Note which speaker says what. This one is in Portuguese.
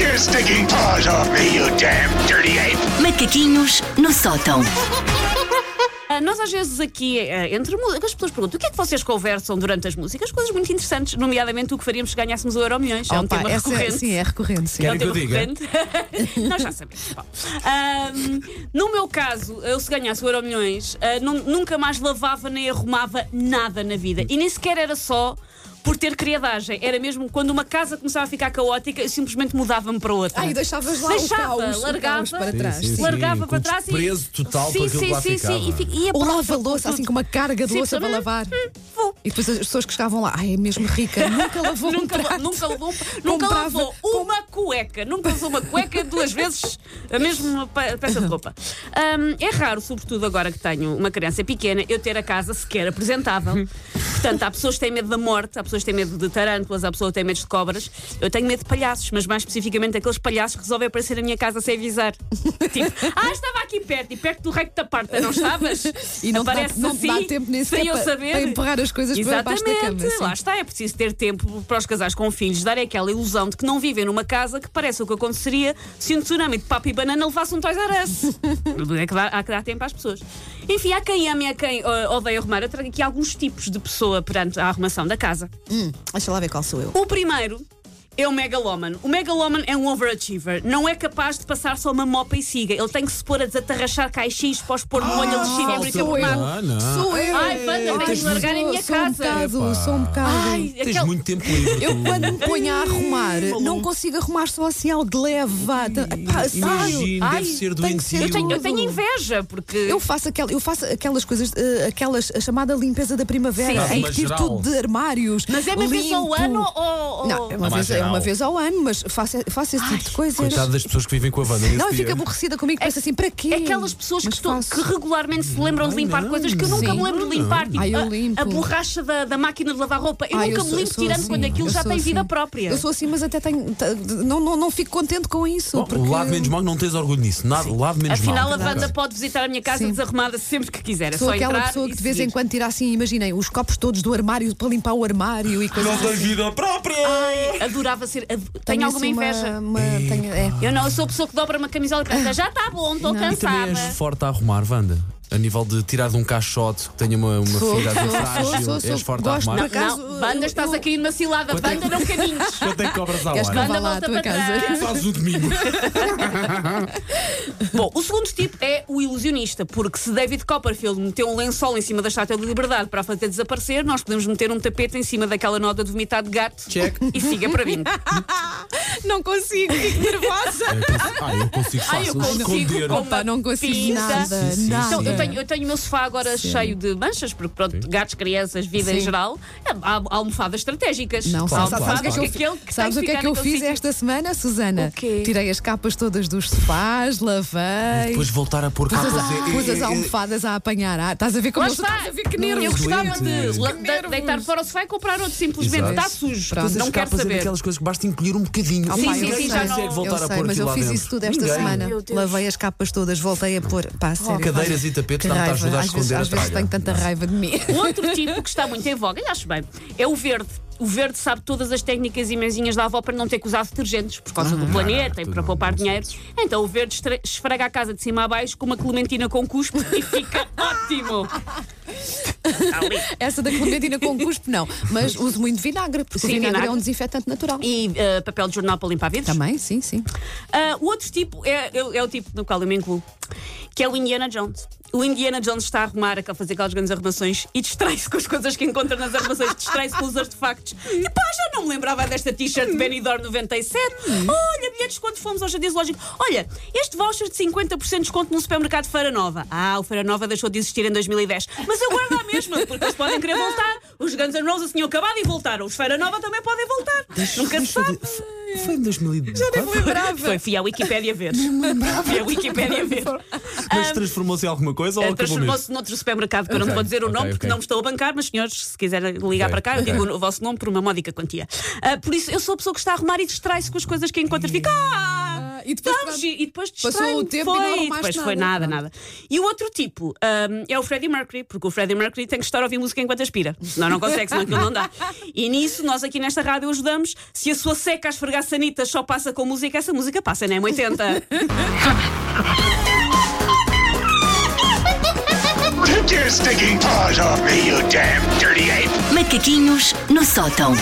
Speaker 1: your stinking paws off me, you damn dirty ape!
Speaker 2: Macaquinhos no sótão.
Speaker 3: Ah, Nós às vezes aqui, ah, entre músicas, as pessoas perguntam o que é que vocês conversam durante as músicas? Coisas muito interessantes, nomeadamente o que faríamos se ganhássemos o Euro Milhões. é um
Speaker 4: Opa,
Speaker 3: tema
Speaker 4: essa-
Speaker 3: recorrente.
Speaker 4: sim, é recorrente. Sim.
Speaker 3: É um
Speaker 5: Querem que eu
Speaker 3: tema
Speaker 5: diga?
Speaker 3: recorrente. Nós já sabemos. Bom, ahm, no meu caso, eu se ganhasse o Euro Milhões, ah, nun- nunca mais lavava nem arrumava nada na vida. E nem sequer era só por ter criadagem. Era mesmo quando uma casa começava a ficar caótica, eu simplesmente mudava-me para outra.
Speaker 4: Ai, deixavas lá
Speaker 3: Deixava,
Speaker 4: o caos,
Speaker 3: largava.
Speaker 4: o caos para
Speaker 3: Sim,
Speaker 4: trás.
Speaker 5: sim,
Speaker 4: sim.
Speaker 5: sim.
Speaker 3: Largava
Speaker 5: com
Speaker 3: para trás e.
Speaker 5: desprezo total
Speaker 3: sim,
Speaker 5: por aquilo
Speaker 3: sim,
Speaker 5: que lá
Speaker 3: sim,
Speaker 5: ficava.
Speaker 3: sim, e fi- e a
Speaker 4: Ou
Speaker 3: própria
Speaker 4: lava louça,
Speaker 3: tudo.
Speaker 4: assim com uma carga de
Speaker 3: Sim,
Speaker 4: louça para
Speaker 3: pessoa-
Speaker 4: lavar.
Speaker 3: é? Hum, Vou.
Speaker 4: E depois as pessoas que chegavam lá, ai, é mesmo rica, nunca lavou um
Speaker 3: Nunca,
Speaker 4: prato.
Speaker 3: nunca levou, nunca
Speaker 4: Comprava-
Speaker 3: lavou
Speaker 4: com-
Speaker 3: uma cueca. Nunca usou uma cueca duas vezes a mesma pe- peça de roupa. Hum, é raro, sobretudo agora que tenho uma criança pequena, eu ter a casa sequer apresentável. Portanto, há pessoas que têm medo da morte, há pessoas que têm medo de tarântulas, há pessoas que têm medo de cobras. Eu tenho medo de palhaços, mas mais especificamente aqueles palhaços que resolvem aparecer na minha casa sem avisar. Tipo, ah, estava aqui perto e perto do recto da parte, não estavas?
Speaker 4: E não te dá,
Speaker 3: Aparece
Speaker 4: não te dá
Speaker 3: assim,
Speaker 4: tempo nem
Speaker 3: sem
Speaker 4: sequer
Speaker 3: eu
Speaker 4: para,
Speaker 3: saber.
Speaker 4: para empurrar as coisas
Speaker 3: Exatamente,
Speaker 4: para baixo da cama. assim.
Speaker 3: lá
Speaker 4: sim.
Speaker 3: está, é preciso ter tempo para os casais com filhos dar é aquela ilusão de que não vivem numa casa que parece o que aconteceria se um tsunami de papo e banana levasse um Toys R Us. é que dá, há que dar tempo às pessoas. Enfim, há quem ame e há quem ah, odeia arrumar. Eu trago aqui alguns tipos de pessoa perante a arrumação da casa.
Speaker 4: Hum, deixa lá ver qual sou eu.
Speaker 3: O primeiro é o megalómano. O megalómano é um overachiever. Não é capaz de passar só uma mopa e siga. Ele tem que se pôr a desatarrachar caixinhos para os pôr no olho a lixir e abrir
Speaker 4: sou
Speaker 3: o
Speaker 4: eu.
Speaker 3: mar.
Speaker 5: Ah, não.
Speaker 4: Sou eu!
Speaker 3: Ai, Wanda,
Speaker 4: Ai,
Speaker 3: tens de largar a minha
Speaker 4: sou
Speaker 3: casa.
Speaker 4: Um bocado, sou um bocado.
Speaker 3: Ai,
Speaker 5: Tens
Speaker 3: aquele-
Speaker 5: muito tempo livre.
Speaker 4: Eu
Speaker 5: tu.
Speaker 4: quando me ponho a arrumar, não consigo arrumar só assim ao de leve. vá. Pá, sério.
Speaker 5: Imagino,
Speaker 3: ai,
Speaker 5: deve ser
Speaker 4: tem que ser-
Speaker 5: doentio.
Speaker 3: Eu tenho, eu
Speaker 4: Tudo.
Speaker 3: tenho inveja, porque.
Speaker 4: Eu faço, aquel, eu faço aquelas coisas, eh, aquelas, a chamada limpeza da
Speaker 3: Sim,
Speaker 4: primavera,
Speaker 3: sim.
Speaker 4: em que tiro
Speaker 5: Uma geral.
Speaker 4: tudo de armários.
Speaker 3: Mas é uma vez ao
Speaker 4: limpo.
Speaker 3: ano ou. ou-
Speaker 4: Não, é uma,
Speaker 5: Não,
Speaker 4: vez,
Speaker 5: mais
Speaker 4: é
Speaker 5: geral.
Speaker 4: uma vez ao ano, mas faço, faço esse tipo de coisas.
Speaker 5: Coitado das pessoas que vivem com a Wanda. nesse
Speaker 4: Não, eu
Speaker 5: dia.
Speaker 4: fico aborrecida comigo, penso assim, para quê?
Speaker 3: É Aquelas pessoas que,
Speaker 4: Mas
Speaker 3: estão-
Speaker 4: faço.
Speaker 3: que regularmente se lembram de
Speaker 5: Ai,
Speaker 3: limpar
Speaker 5: não.
Speaker 3: coisas que eu nunca
Speaker 4: Sim.
Speaker 3: me lembro de limpar. Tipo,
Speaker 4: Ai, eu
Speaker 3: a-
Speaker 4: limpo.
Speaker 3: A, borracha da, da máquina de lavar roupa. Eu
Speaker 4: Ai,
Speaker 3: nunca
Speaker 4: sou-
Speaker 3: me lembro,
Speaker 4: sou
Speaker 3: tirando
Speaker 4: assim.
Speaker 3: quando aquilo
Speaker 4: Eu
Speaker 3: já
Speaker 4: sou
Speaker 3: tem vida
Speaker 4: assim.
Speaker 3: própria.
Speaker 4: Eu sou assim, mas até tenho. ta- Não, não, não fico contente com isso.
Speaker 5: Bom,
Speaker 4: porque...
Speaker 5: O lado menos mal que não tens orgulho nisso. Nada, o lado menos
Speaker 3: Afinal,
Speaker 5: mal.
Speaker 3: a Wanda pode visitar a minha casa
Speaker 4: assim. Sim.
Speaker 3: desarrumada sempre que quiser. É
Speaker 4: Sou
Speaker 3: só
Speaker 4: aquela
Speaker 3: entrar
Speaker 4: pessoa
Speaker 3: e
Speaker 4: que de vez
Speaker 3: seguir.
Speaker 4: em quando tira assim, imaginem, os copos todos do armário para limpar o armário e coisas
Speaker 5: Não tem
Speaker 4: assim.
Speaker 5: vida própria.
Speaker 3: Ai, adorava ser. ad- Tenho, alguma
Speaker 4: assim uma-
Speaker 3: inveja.
Speaker 4: uma- tenho- é.
Speaker 3: Eu não, eu sou a pessoa que dobra uma camisola e pensa, já está bom, estou
Speaker 5: E também
Speaker 3: cansada.
Speaker 5: és forte a arrumar, Wanda. A nível de tirar de um caixote que tenha uma, uma
Speaker 4: Sou,
Speaker 5: fidelidade
Speaker 4: sou,
Speaker 5: frágil,
Speaker 4: sou, sou,
Speaker 5: és
Speaker 4: sou.
Speaker 5: forte
Speaker 4: Gosto
Speaker 5: a
Speaker 4: Por
Speaker 3: Não,
Speaker 5: arrumar.
Speaker 4: acaso,
Speaker 3: não, Banda,
Speaker 4: eu-
Speaker 3: estás a cair numa cilada.
Speaker 5: Quanto é que-
Speaker 3: Banda, não caminhes.
Speaker 5: Quanto é que cobras ao
Speaker 4: Queres que eu
Speaker 5: ar?
Speaker 4: vá
Speaker 3: Banda,
Speaker 4: lá à
Speaker 3: volta
Speaker 4: tua
Speaker 3: para
Speaker 4: casa?
Speaker 3: trás.
Speaker 5: Fazes um domingo.
Speaker 3: Bom, o segundo tipo é o ilusionista, porque se David Copperfield meteu um lençol em cima da estátua de liberdade para a fazer desaparecer, nós podemos meter um tapete em cima daquela nota de vomitar de gato
Speaker 5: Check.
Speaker 3: e siga para mim.
Speaker 4: Não consigo, fico nervosa.
Speaker 5: Ah, eu consigo
Speaker 3: Ah, eu
Speaker 5: fácil
Speaker 3: consigo
Speaker 5: esconder.
Speaker 3: com-
Speaker 4: Opa, não consigo
Speaker 3: Pinta.
Speaker 4: nada,
Speaker 5: Sim, sim,
Speaker 4: nada.
Speaker 3: Então, eu tenho, eu tenho o meu sofá agora cheio de manchas, porque pronto, gatos, crianças, vida em
Speaker 4: Sim.
Speaker 3: geral, há há almofadas estratégicas.
Speaker 4: Não,
Speaker 3: há
Speaker 4: sabes,
Speaker 5: claro,
Speaker 4: sabes o que é
Speaker 3: almofadas
Speaker 4: que
Speaker 3: que
Speaker 4: eu,
Speaker 3: aquele que
Speaker 4: sabes o
Speaker 3: tem
Speaker 4: que é
Speaker 3: ficar
Speaker 4: que eu
Speaker 3: naquele
Speaker 4: fiz
Speaker 3: sítio.
Speaker 4: esta semana, Susana?
Speaker 3: O quê?
Speaker 4: Tirei as capas todas dos sofás, lavei.
Speaker 5: Depois voltar a pôr
Speaker 4: Pus
Speaker 5: capas.
Speaker 4: as,
Speaker 5: é- é-
Speaker 4: pus as
Speaker 5: é-
Speaker 4: almofadas a apanhar ar. Estás a ver como
Speaker 3: Lá
Speaker 4: eu sou-
Speaker 3: está.
Speaker 4: estás a ver que
Speaker 3: Eu
Speaker 4: nervos.
Speaker 3: gostava
Speaker 5: doentes.
Speaker 3: de la- de deitar fora o sofá e comprar outro simplesmente.
Speaker 5: Exato.
Speaker 3: Está sujo.
Speaker 4: Pronto.
Speaker 3: Não
Speaker 5: As
Speaker 3: quero
Speaker 5: capas é
Speaker 3: saber.
Speaker 5: daquelas coisas que basta encolher um bocadinho.
Speaker 4: Ah,
Speaker 3: Sim,
Speaker 4: pá,
Speaker 3: sim, sim,
Speaker 4: eu sei,
Speaker 3: já não-
Speaker 5: consegue é voltar
Speaker 4: eu
Speaker 5: a
Speaker 4: sei,
Speaker 5: pôr
Speaker 4: mas
Speaker 5: aquilo
Speaker 4: eu
Speaker 5: lá
Speaker 4: fiz
Speaker 5: dentro.
Speaker 4: isso tudo esta
Speaker 5: Ninguém.
Speaker 4: semana.
Speaker 3: Meu Deus.
Speaker 4: Lavei as capas todas, voltei a pôr. Pá, sério,
Speaker 5: Cadeiras e tapetes,
Speaker 4: que
Speaker 5: dá-me a
Speaker 4: raiva.
Speaker 5: ajudar a
Speaker 4: Às vezes,
Speaker 5: esconder a
Speaker 4: às vezes
Speaker 5: tralha.
Speaker 4: tenho tanta raiva de mim.
Speaker 3: O Outro tipo que está muito em voga, e acho bem, é o verde. O verde sabe todas as técnicas e menzinhas da avó para não ter que usar detergentes por causa do planeta e
Speaker 5: Ah, tudo
Speaker 3: para
Speaker 5: bem,
Speaker 3: poupar
Speaker 5: não sei.
Speaker 3: dinheiro. Então o verde estra- esfrega a casa de cima a baixo com uma clementina com cuspe e fica ótimo.
Speaker 4: Essa da clementina com cuspe, não. Mas uso muito vinagre, porque
Speaker 3: Sim,
Speaker 4: o vinagre,
Speaker 3: vinagre.
Speaker 4: é um desinfetante natural.
Speaker 3: E eh, papel de jornal para limpar vidros.
Speaker 4: Também, sim, sim.
Speaker 3: Ah, o outro tipo é, é- é o tipo no qual eu me incluo, que é o Indiana Jones. O Indiana Jones está a arrumar, a fazer aquelas grandes arrumações e distrai-se com as coisas que encontra nas arrumações, distrai-se com os artefactos. E pá, já não me lembrava desta t-shirt de Benidorm 97. Olha, bilhetes quando fomos ao Jardim Zoológico. Olha, este voucher de 50% de desconto num supermercado Feira Nova. Ah, o Feira Nova deixou de existir em 2010. Mas eu guardo a mesma, porque eles podem querer voltar. Os Guns N' Roses tinham acabado e voltaram. Os Feira Nova também podem voltar. Nunca se sabe.
Speaker 5: Foi em 2010. Já nem
Speaker 3: Foi, fui à Wikipédia ver. Fui à Wikipédia ver.
Speaker 4: Então,
Speaker 5: Mas transformou-se em alguma coisa ou
Speaker 3: Ah,
Speaker 5: acabou mesmo?
Speaker 3: Transformou-se noutro supermercado, que eu não
Speaker 5: Ok,
Speaker 3: vou dizer o
Speaker 5: ok,
Speaker 3: nome, porque
Speaker 5: ok.
Speaker 3: não me estou a bancar, mas senhores, se quiserem ligar
Speaker 5: Ok,
Speaker 3: para cá, eu
Speaker 5: ok.
Speaker 3: digo o vosso nome por uma módica quantia. Ah, por isso, eu sou a pessoa que está a arrumar e distrai-se com as coisas que encontra e fica. "Ah!"
Speaker 4: E depois
Speaker 3: Sabes?
Speaker 4: pronto.
Speaker 3: E e depois
Speaker 4: Passou
Speaker 3: distrai-me.
Speaker 4: o tempo e
Speaker 3: foi,
Speaker 4: não arrumaste
Speaker 3: depois foi
Speaker 4: nada.
Speaker 3: nada, nada. E o outro tipo hum, é o Freddie Mercury, porque o Freddie Mercury tem que estar a ouvir música enquanto aspira. Senão não consegue, senão aquilo não dá. E nisso, nós aqui nesta rádio ajudamos. Se a sua seca a esfregar sanitas só passa com música, essa música passa, não é? 80.
Speaker 1: Take your stinking paws off me, you damn dirty ape!
Speaker 2: Macaquinhos no sótão.